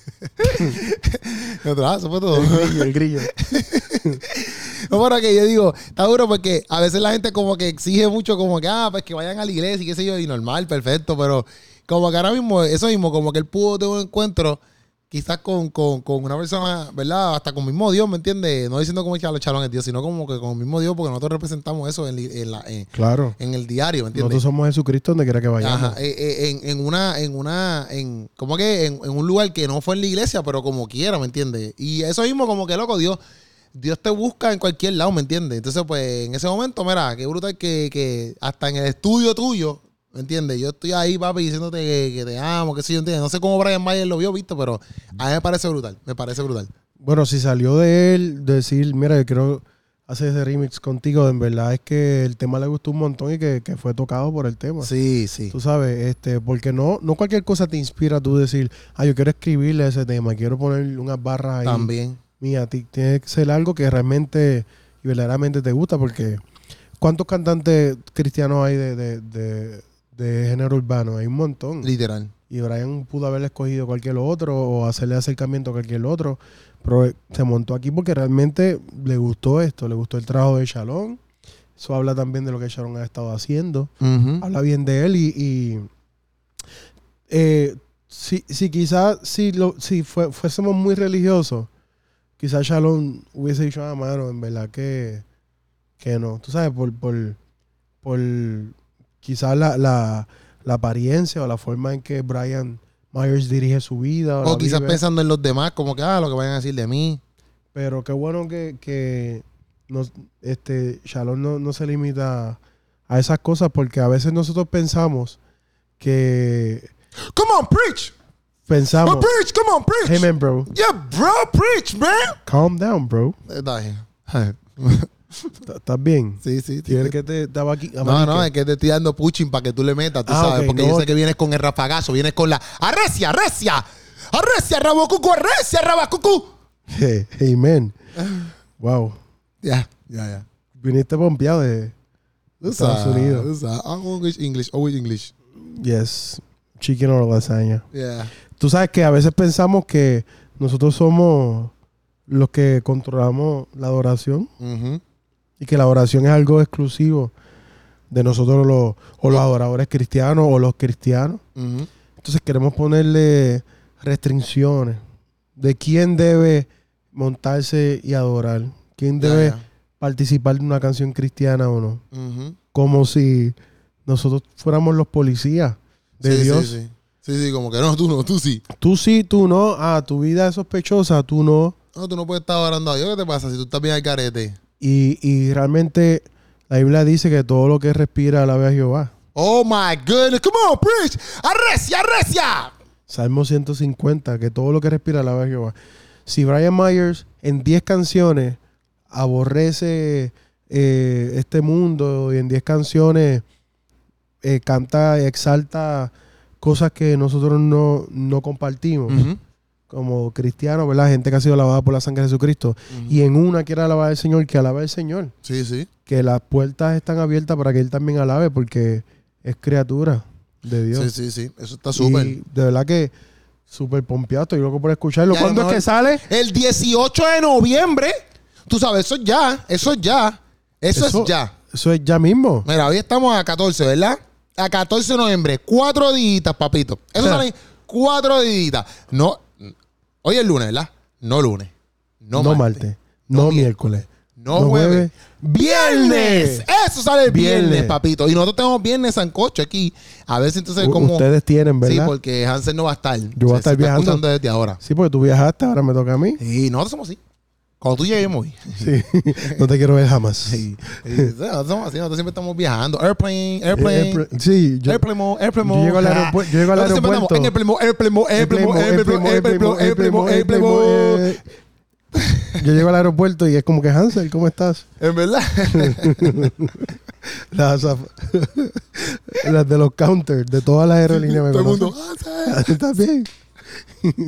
A: Y otro, ah, Eso fue todo.
B: el grillo.
A: No, pero que yo digo, está duro porque a veces la gente como que exige mucho, como que, ah, pues que vayan a la iglesia y qué sé yo, y normal, perfecto, pero como que ahora mismo, eso mismo, como que él pudo tener un encuentro quizás con, con, con una persona, ¿verdad? Hasta con mismo Dios, ¿me entiendes? No diciendo como que los chalones Dios, sino como que con mismo Dios, porque nosotros representamos eso en, li- en la- en-
B: Claro.
A: en el diario, ¿me entiendes?
B: Nosotros somos Jesucristo donde quiera que vayamos.
A: Ajá, eh, eh, en, en una, en una, en, como que en, en un lugar que no fue en la iglesia, pero como quiera, ¿me entiendes? Y eso mismo, como que loco, Dios, Dios te busca en cualquier lado, ¿me entiendes? Entonces, pues, en ese momento, mira, qué brutal que, que hasta en el estudio tuyo, ¿Me entiendes? Yo estoy ahí, papi, diciéndote que, que te amo, que sé yo, ¿entiendes? No sé cómo Brian Mayer lo vio, visto, pero a mí me parece brutal. Me parece brutal.
B: Bueno, si salió de él decir, mira, yo quiero hacer ese remix contigo, en verdad es que el tema le gustó un montón y que, que fue tocado por el tema.
A: Sí, sí.
B: Tú sabes, este, porque no, no cualquier cosa te inspira a tú decir, ah, yo quiero escribirle ese tema, quiero poner unas barras ahí.
A: También.
B: Mira, ti- tiene que ser algo que realmente y verdaderamente te gusta, porque ¿cuántos cantantes cristianos hay de, de- de- de género urbano? Hay un montón.
A: Literal.
B: Y Brian pudo haber escogido cualquier otro o hacerle acercamiento a cualquier otro, pero eh, se montó aquí porque realmente le gustó esto, le gustó el trabajo de Shalom. Eso habla también de lo que Shalom ha estado haciendo habla bien de él y, y, eh, si, si quizás si, lo, si fue- fuésemos muy religiosos, quizás Shalom hubiese dicho, ah, mano, en verdad que, que no. Tú sabes, por, por, por quizás la, la, la apariencia o la forma en que Brian Myers dirige su vida.
A: O
B: la
A: quizás
B: vive.
A: pensando en los demás, como que, ah, lo que vayan a decir de mí.
B: Pero qué bueno que, que nos, este, Shalom no, no se limita a esas cosas porque a veces nosotros pensamos que
A: Come on, preach.
B: pensamos,
A: preach, come on, preach.
B: hey man, bro,
A: Yeah, bro, preach, man. Eh,
B: calm down, bro.
A: Está bien.
B: T- ¿Estás bien?
A: Sí, sí. sí.
B: ¿Quieres que te estaba aquí?
A: No, no,
B: abanique?
A: es que te estoy dando pushing para que tú le metas, tú
B: Ah,
A: sabes.
B: ok,
A: porque yo
B: no.
A: sé que vienes con el rafagazo, vienes con la. ¡Arrecia, arrecia! ¡Arrecia, rabocucu, arrecia, rabacucu!
B: Hey, hey, man. Wow.
A: Ya, ya, ya.
B: Viniste pompeado de
A: Tú
B: Estados
A: sabes,
B: Unidos.
A: tú sabes. Always English, always English.
B: Yes. Chicken or lasaña.
A: Yeah.
B: Tú sabes que a veces pensamos que nosotros somos los que controlamos la adoración
A: Ujú.
B: y que la oración es algo exclusivo de nosotros los, o los adoradores cristianos o los cristianos.
A: Ujú.
B: Entonces queremos ponerle restricciones de quién debe montarse y adorar, quién
A: Ya,
B: debe
A: ya.
B: participar de una canción cristiana o no.
A: Ujú.
B: Como si nosotros fuéramos los policías de
A: Sí, sí,
B: Dios.
A: Sí, sí, sí, como que no, tú no, tú sí.
B: Tú sí, tú no. Ah, tu vida es sospechosa, tú no.
A: No, tú no puedes estar orando a Dios. ¿Qué te pasa si tú estás bien al carete?
B: Y, y realmente la Biblia dice que todo lo que respira alabe a Jehová.
A: Oh my goodness, come on, preach. Arrecia, arrecia.
B: Salmo 150, que todo lo que respira alabe a Jehová. Si Brian Myers en 10 canciones aborrece eh, este mundo y en 10 canciones eh, canta, exalta cosas que nosotros no, no compartimos
A: Ujú.
B: como cristianos, ¿verdad? Gente que ha sido lavada por la sangre de Jesucristo. Y en una quiere alabar al Señor, que alabe al Señor.
A: Sí, sí.
B: Que las puertas están abiertas para que Él también alabe porque es criatura de Dios.
A: Sí, sí, sí. Eso está súper.
B: Y de verdad que súper pompeado, estoy loco por escucharlo.
A: Ya, a lo
B: ¿Cuándo es
A: mejor-
B: que sale?
A: El 18 de noviembre. Tú sabes, eso es ya. Eso es ya. Eso,
B: Eso-
A: es ya.
B: Eso es ya mismo.
A: Mira, hoy estamos a 14, ¿verdad? A 14 de noviembre. Cuatro dígitas, papito. Eso
B: Ah.
A: son ahí, cuatro dígitas. No. Hoy es lunes, ¿verdad? No lunes. No,
B: No, martes. No, miércoles.
A: No,
B: No
A: jueves.
B: jueves.
A: ¡Viernes! Eso sale el viernes,
B: Viernes.
A: papito. Y nosotros tenemos viernes sancocho aquí. A ver si entonces
B: U-
A: como...
B: Ustedes tienen,
A: sí,
B: ¿verdad? Sí porque...
A: porque Hansen no va a estar.
B: voy a estar
A: está
B: viajando.
A: escuchando desde ahora.
B: tú viajaste, ahora me toca a mí.
A: Y nosotros somos así. Cuando tú llegues, yo me voy.
B: Sí. no te quiero ver jamás. Eh,
A: Sí. Sí, Nosotros somos así. Nosotros siempre estamos viajando. Airplane, airplane.
B: Eh, eh, Sí, yo-
A: Airplane mode, airplane mode.
B: yo llego al
A: Ah.
B: aeropuerto- yo llego al
A: Nosotros siempre estamos en airplane mode, airplane mode, airplane mode, airplane mode, airplane mode, airplane mode, airplane mode.
B: Yo llego al aeropuerto y es como que Hansel, ¿cómo estás?
A: En verdad.
B: Las, af- las de los counters, de todas las aerolíneas me
A: Todo el mundo. "Ah,
B: conocen.
A: "Hansen".
B: Está bien.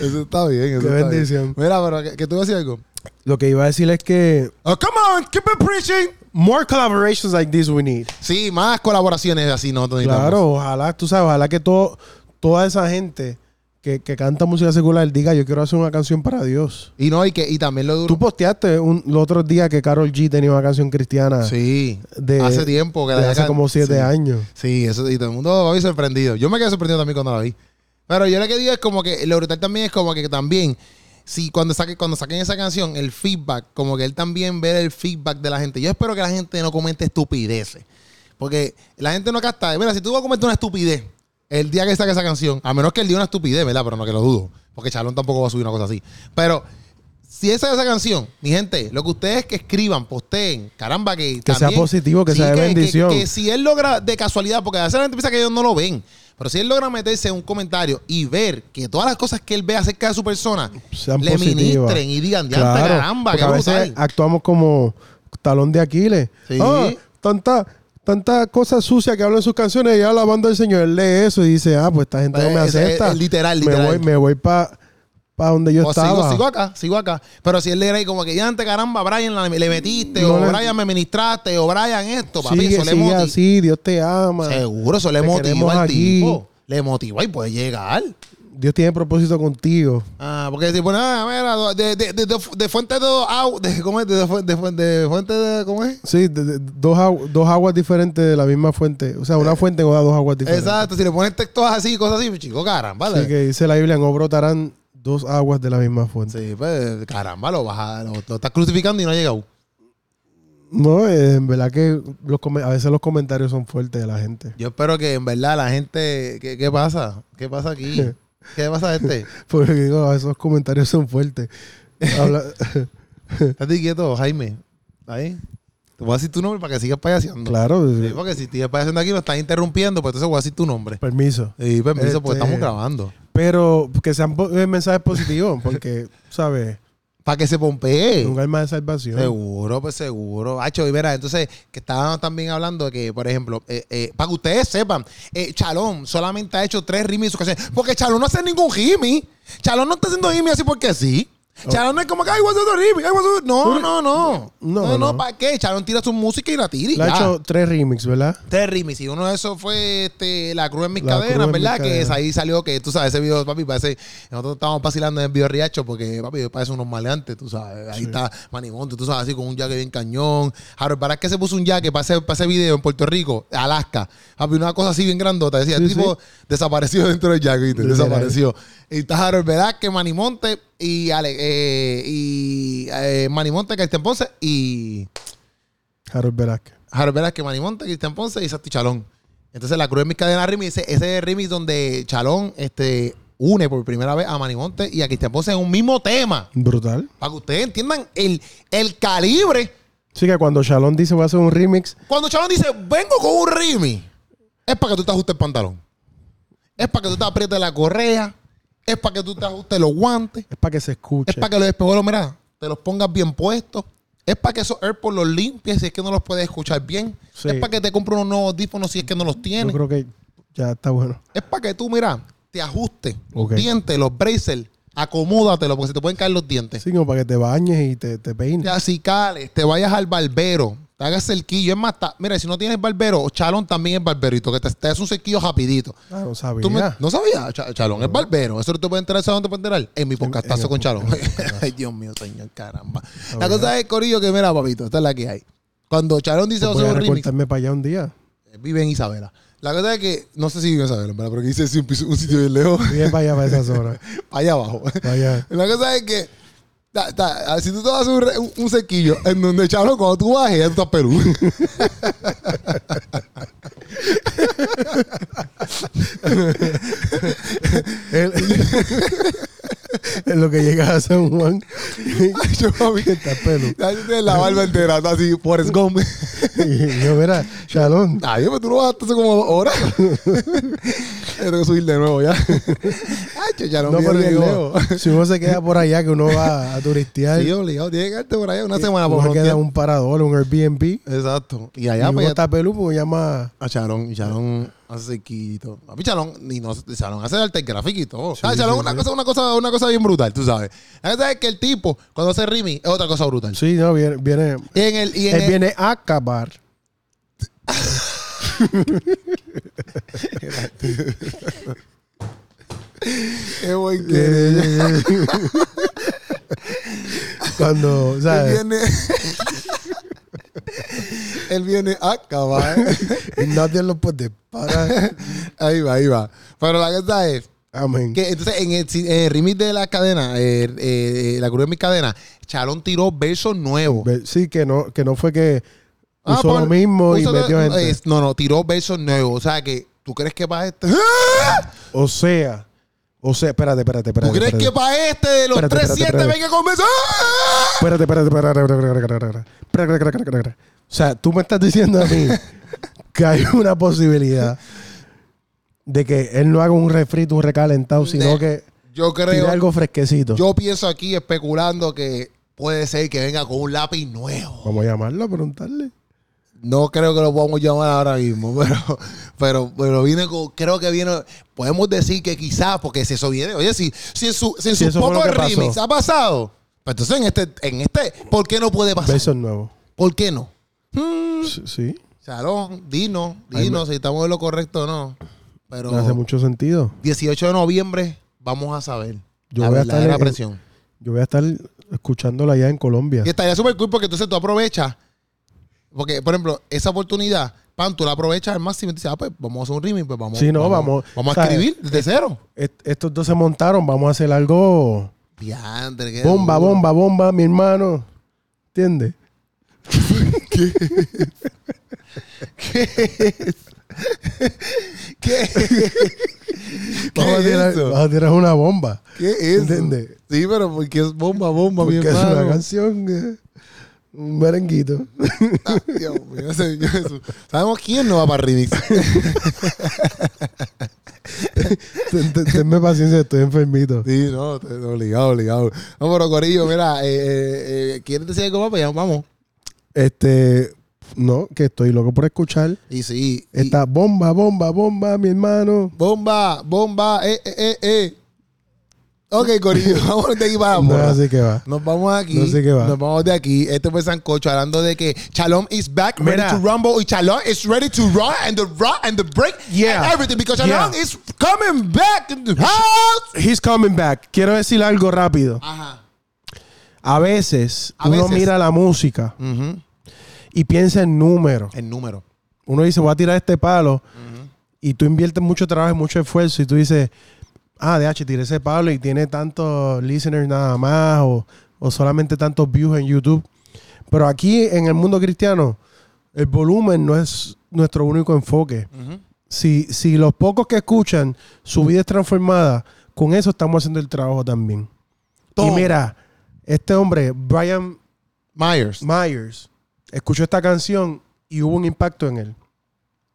A: Eso está bien. Eso
B: Qué
A: está bien.
B: bendición.
A: Mira, pero que, que tú decías algo.
B: Lo que iba a decir es que
A: Oh, come on, keep it preaching.
B: more collaborations like this we need.
A: Sí, más colaboraciones así nosotros necesitamos.
B: Claro, ojalá, tú sabes, ojalá que todo, toda esa gente que, que canta música secular diga, yo quiero hacer una canción para Dios.
A: Y no, y que y también lo duro.
B: Tú posteaste un, los otros días que Carol G tenía una canción cristiana.
A: Sí.
B: de-
A: hace tiempo que la
B: de
A: había
B: hace
A: can-
B: como siete
A: sí.
B: años.
A: Sí, eso, y todo el mundo va a sorprendido. Yo me quedé sorprendido también cuando la vi. Pero yo lo que digo es como que lo brutal también es como que también, si cuando saque, cuando saquen esa canción, el feedback, como que él también ver el feedback de la gente. Yo espero que la gente no comente estupideces. Porque la gente no capta. Mira, si tú vas a comentar una estupidez el día que saque esa canción, a menos que él diga una estupidez, ¿verdad? Pero no que lo dudo. Porque Chalón tampoco va a subir una cosa así. Pero si esa es esa canción, mi gente, lo que ustedes que escriban, posteen, caramba, que.
B: Que sea positivo, que sea de bendición.
A: Que, si él logra, de casualidad, porque a veces la gente piensa que ellos no lo ven, pero si él logra meterse en un comentario y ver que todas las cosas que él ve acerca de su persona
B: Sean
A: le
B: positivas.
A: ministren y digan, "Diantre,
B: Claro,
A: caramba,
B: porque
A: qué
B: a veces
A: brutal.
B: actuamos como talón de Aquiles.
A: Sí.
B: Ah, tanta, tanta cosa sucia que hablan en sus canciones y alabando al Señor. Él lee eso y dice, ah, pues esta gente no me
A: Es- es-
B: acepta.
A: es literal,
B: Me
A: literal.
B: voy, me voy para donde yo
A: O
B: estaba.
A: sigo, sigo acá, sigo acá. Pero si él le ahí como que, ya antes, caramba, Brian la- le metiste,
B: No
A: o
B: le-
A: Brian me ministraste, o Brian esto, papi,
B: sigue
A: eso le
B: sigue
A: moti-
B: así, Dios te ama.
A: Seguro, eso le
B: Te
A: motivó
B: queremos
A: al
B: aquí.
A: tipo. Le motivó y puede llegar.
B: Dios tiene propósito contigo.
A: Ah, porque si pone, ah, mira, de, de, de, de, de fuente de dos aguas, de, ¿cómo es? De, fu- de fu- de fuente de, ¿cómo es?
B: Sí, de- de- dos, agu- dos aguas diferentes de la misma fuente. O sea, una fuente no da dos aguas diferentes.
A: Eh, Exacto, si le pones textos así, cosas así, pues, chico, caramba.
B: Así
A: le-
B: que dice la Biblia, no brotarán dos aguas de la misma fuente.
A: Sí, pues, caramba, lo vas a, lo, lo estás crucificando y no ha llegado.
B: No, eh, en verdad que los come- a veces los comentarios son fuertes de la gente.
A: Yo espero que en verdad la gente, ¿qué, qué pasa? ¿Qué pasa aquí? ¿Qué pasa este?
B: Porque digo, a veces los comentarios son fuertes. Habla-
A: Estate quieto, Jaime. Ahí. Te voy a decir tu nombre para que sigas payaseando.
B: claro,
A: Sí, porque si sigues payaseando aquí, nos estás interrumpiendo, pues entonces voy a decir tu nombre.
B: permiso.
A: Y pues, permiso, porque
B: Este-
A: estamos grabando.
B: Pero que sean po- eh, mensajes positivos, porque, ¿sabes?
A: Para que se pompee.
B: Un alma de salvación.
A: Seguro, pues seguro. Hacho, y verá, entonces, que estábamos también hablando de que, por ejemplo, eh, eh, para que ustedes sepan, eh, Chalón solamente ha hecho tres rimis en sus canciones. Porque Chalón no hace ningún rimi. Chalón no está haciendo rimi así porque sí.
B: Oh.
A: Chalón no es como que, ay, what's up, rimi? ay, what's up?" No, no, no. No,
B: No,
A: no,
B: no.
A: ¿para qué? Chalón tira su música y la tira y
B: Le ha
A: ya.
B: hecho tres remix, ¿verdad?
A: Tres rimis. Y uno de esos fue este, La Cruz en mis
B: La Cruz
A: cadenas,
B: en
A: ¿verdad?
B: mis
A: que es
B: cadenas.
A: ahí salió que, tú sabes, ese video, papi, parece. Nosotros estábamos vacilando en el video Riacho porque, papi, parece unos maleantes, tú sabes. Ahí está Manimonte, tú sabes, así con un jaque bien cañón. Harold para que se puso un jaque para ese, para ese video en Puerto Rico, Alaska. Papi, una cosa así bien grandota. Decía, el
B: Sí,
A: tipo desapareció dentro del jaque, ¿viste?
B: Literal.
A: Desapareció. Y está Harold Velázquez, Manimonte y Ale, eh, y eh, Manimonte, Cristian Ponce y.
B: Harold Velázquez.
A: Harold Velázquez, Manimonte, Cristian Ponce y Santi Chalón. Entonces la cruz en mis cadenas remix, ese, ese remix donde Chalón este, une por primera vez a Manimonte y a Cristian Ponce en un mismo tema.
B: Brutal.
A: Para que ustedes entiendan el, el calibre.
B: Así que cuando Shalom dice voy a hacer un remix,
A: Cuando Chalón dice, vengo con un remix, es para que tú te ajustes el pantalón. Es para que tú te aprietes la correa. Es para que tú te ajustes los guantes.
B: es para que se escuche.
A: Es para que los espejuelos, mira, te los pongas bien puestos. Es para que esos AirPods los limpies si es que no los puedes escuchar bien.
B: Sí.
A: Es para que te compres unos nuevos audífonos si es que no los
B: Yo
A: tienes.
B: creo que ya está bueno.
A: Es para que tú, mira, te ajustes
B: Ok.
A: los dientes, los braces, acomódatelo porque se te pueden caer los dientes.
B: Sí, como para que te bañes y te, te peines.
A: Te acicales, te vayas al barbero, te hagas cerquillo. Es más, ta- mira, si no tienes barbero, Chalón también es barberito, que te, te hace un cerquillo rapidito.
B: Ah, no sabía.
A: ¿Tú me- ¿No sabías? Cha- Chalón es barbero. ¿Eso te puede enterar? ¿Sabes dónde te puede enterar? En mi podcastazo
B: en el
A: con Chalón. Ay, Dios mío, señor, caramba. La cosa es, Corillo, que mira, papito, esta es la que hay. Cuando Chalón dice
B: Voy
A: "Vamos a
B: a
A: hacer un remix,
B: recortarme para allá un día.
A: vive en Isabela. La cosa es que, no sé si vive en Isabela, en verdad, pero que dice "Sí, un, piso- un sitio bien lejos,
B: Bien para allá, para esa zona.
A: allá abajo.
B: Para allá.
A: La cosa es que, ta- ta, si tú te vas a hacer un, re- un, un cerquillo en donde Chalón, cuando tú bajes, ya tú estás Perú.
B: Él- en lo que llega a San Juan,
A: Yo, papi,
B: está pelo.
A: ya tú tienes la barba entera, está así, Forrest Gump.
B: Y yo, mira, Shalom,
A: Ay, pero tú lo bajaste hace como dos horas. Yo tengo que subir de nuevo ya. Ay, che, ya no,
B: no
A: me
B: por
A: digo.
B: Si uno se queda por allá, que uno va a turistear,
A: Sí, obligado. Tiene que quedarte por allá una semana por
B: Eh, uno queda
A: frontear.
B: en un parador, un Airbnb.
A: Exacto. Y
B: Y
A: allá,
B: uno
A: pues, ya
B: está pelu, pues llama.
A: A Charón, y Charón hace sequito. A mí Charón, y no, Charón hace arte gráfico y todo.
B: Sí,
A: Ah, Charón,
B: sí,
A: una,
B: sí.
A: Cosa, una, cosa, una cosa bien brutal, tú sabes. La verdad es que el tipo, cuando hace Rimi, es otra cosa brutal.
B: Sí, no, viene. viene
A: Y en el, y en
B: él
A: el,
B: viene a acabar.
A: Qué buen que-
B: Cuando,
A: él
B: ¿sabes?
A: viene. él viene a acabar.
B: Nadie lo puede parar.
A: Ahí va, ahí va. Pero la cosa es.
B: Amén.
A: Que, entonces, en el, si- en el remix de la cadena, eh, eh, eh, la cruz de mi cadena, Chalón tiró versos nuevos.
B: Ve- Sí, que no, que no fue que
A: Ah,
B: usó
A: pon-
B: lo mismo y
A: usa-
B: metió gente.
A: eh, no, no, tiró versos nuevos. O sea, que tú crees que para este.
B: O sea, O sea, espérate, espérate, espérate.
A: ¿Tú crees
B: espérate.
A: que para este de los
B: Espérate, espérate,
A: 3-7
B: espérate.
A: venga con beso? ¡Ah!
B: Espérate, espérate, espérate, espérate, espérate, espérate, espérate, espérate, espérate, espérate. O sea, tú me estás diciendo a mí que hay una posibilidad de que él no haga un refrito, un recalentado, sino
A: Ne-
B: que
A: Yo
B: tire
A: creo,
B: algo fresquecito.
A: yo pienso aquí especulando que puede ser que venga con un lápiz nuevo.
B: Vamos a llamarlo a preguntarle.
A: No creo que lo podamos llamar ahora mismo, pero, pero, pero viene con, creo que viene, podemos decir que quizás, porque si eso viene, oye, si, si en su, si en
B: Si
A: sus
B: eso fue lo
A: pocos
B: que pasó.
A: remix ha pasado, pues entonces en este, en este, ¿por qué no puede pasar?
B: Besos nuevos.
A: ¿Por qué no?
B: Sí, Sí,
A: Salón, dinos,
B: Ay,
A: dinos si estamos en lo correcto o no. Pero
B: no hace mucho sentido.
A: 18 de noviembre vamos a saber
B: Yo
A: la
B: voy a estar
A: verdadera
B: en-
A: presión.
B: Yo voy a estar escuchándola allá en Colombia.
A: Y estaría súper cool porque entonces tú aprovechas. Porque, por ejemplo, esa oportunidad, pan, tú la aprovechas al máximo y te dices, ah, pues vamos a hacer un remix, pues vamos.
B: Sí, no, vamos-
A: Vamos a
B: ¿sabes?
A: escribir desde cero.
B: Est- estos dos se montaron, vamos a hacer algo.
A: Diantre, qué
B: Bomba,
A: duro.
B: bomba, bomba, mi hermano. ¿Entiendes?
A: ¿Qué,
B: Vamos a, tirar, vamos a tirar una bomba.
A: ¿Qué es?
B: ¿Entiendes?
A: Sí, pero porque es bomba, bomba, mi
B: Porque es
A: hermano.
B: una canción, eh, un merenguito.
A: Ah, Dios mío, Señor Jesús. Sabemos quién no va para remix.
B: Ten- ten- Tenme paciencia, estoy enfermito.
A: Sí, no, te- obligado, obligado. No, pero Corillo, mira, eh, eh, eh, ¿quieres decir algo más? Pues ya vamos.
B: Este, no, que estoy loco por escuchar.
A: Y sí. y-
B: Esta bomba, bomba, bomba, mi hermano.
A: bomba, bomba, eh, eh, eh, eh. Ok, Corillo, vamos de aquí para la
B: No,
A: porra.
B: así que va.
A: Nos vamos aquí.
B: No sé qué va.
A: Nos vamos de aquí. Este fue Sancocho hablando de que Chalom is back, ready
B: Mira.
A: to rumble. Y Chalom is ready to rock and the rock and the break
B: Yeah.
A: and everything. Because Chalom
B: Yeah.
A: is coming back in the house.
B: He's coming back. Quiero decir algo rápido.
A: Ajá.
B: A veces
A: A
B: uno
A: veces.
B: mira la música y piensa en números.
A: El número.
B: Uno dice, voy a tirar este palo. Y tú inviertes mucho trabajo y mucho esfuerzo. Y tú dices, ah, DH, tiré ese palo y tiene tantos listeners nada más. O, o solamente tantos views en YouTube. Pero aquí en el mundo cristiano, el volumen no es nuestro único enfoque. si, si los pocos que escuchan su vida es transformada, con eso estamos haciendo el trabajo también.
A: Toma.
B: Y mira, este hombre, Brian
A: Myers.
B: Myers, escuchó esta canción y hubo un impacto en él.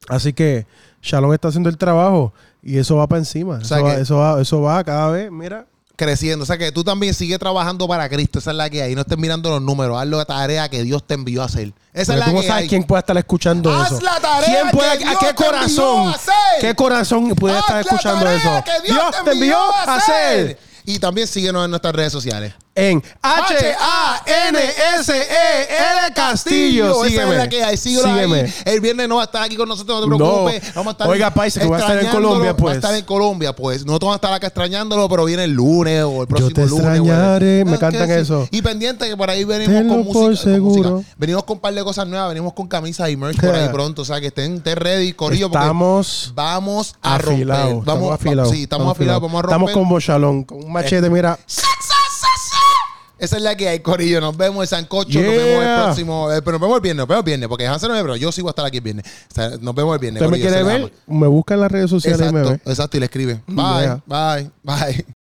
B: Así que Shalom está haciendo el trabajo y eso va para encima.
A: sea
B: eso, va,
A: que-
B: eso, va, eso va cada vez, mira.
A: creciendo. O sea que tú también sigues trabajando para Cristo. Esa es la que hay. No estés mirando los números. Haz la tarea que Dios te envió a hacer. Esa es
B: Porque
A: la
B: tú no
A: que
B: sabes
A: hay.
B: quién puede estar escuchando
A: Haz
B: eso.
A: la tarea
B: ¿Quién puede,
A: que
B: a
A: Dios
B: qué
A: te envió
B: corazón?
A: a hacer.
B: ¿Qué corazón puede
A: Haz
B: estar
A: la
B: escuchando
A: tarea
B: eso?
A: que Dios, te envió a hacer. Y también síguenos en nuestras redes sociales.
B: en
A: H-A-N-S-E-L
B: H-A-N-S-E-L E Castillo.
A: E Esa
B: Sígueme.
A: es la que hay. Síguelo
B: Sígueme.
A: ahí. El viernes no va a estar aquí con nosotros, no te preocupes.
B: No.
A: Vamos a estar
B: Oiga, paisa, que voy a estar en
A: extrañándolo.
B: Colombia, pues.
A: Va a estar en Colombia, pues. Nosotros vamos a estar acá extrañándolo, pero viene el lunes o el próximo
B: te
A: lunes. güey.
B: extrañaré. Me
A: Ah,
B: cantan
A: que sí.
B: eso.
A: Y pendiente que por ahí venimos
B: Tenlo
A: con
B: por
A: música, con
B: seguro.
A: música. Venimos con un par de cosas nuevas. Venimos con camisas y merch por ahí
B: Yeah.
A: pronto. O sea, que estén, estén ready, corillo. porque
B: Estamos
A: Vamos a
B: afilados.
A: romper. Vamos,
B: estamos afilados. Eh,
A: Sí, estamos afilados. Vamos a romper.
B: Estamos con bochalón, con un machete, mira.
A: Esa es la que hay, Corillo. Nos vemos en Sancocho. Nos vemos el
B: Yeah.
A: próximo. eh, pero nos vemos el viernes. Nos vemos el viernes. Porque Hansen no me pero yo sigo hasta aquí el viernes. O sea, nos vemos el viernes.
B: ¿Usted me
A: corillo,
B: quiere
A: se la
B: ver?
A: ama.
B: Me busca en las redes sociales y me ve.
A: Exacto, exacto. Y le escribe. Bye,
B: Yeah.
A: bye, bye.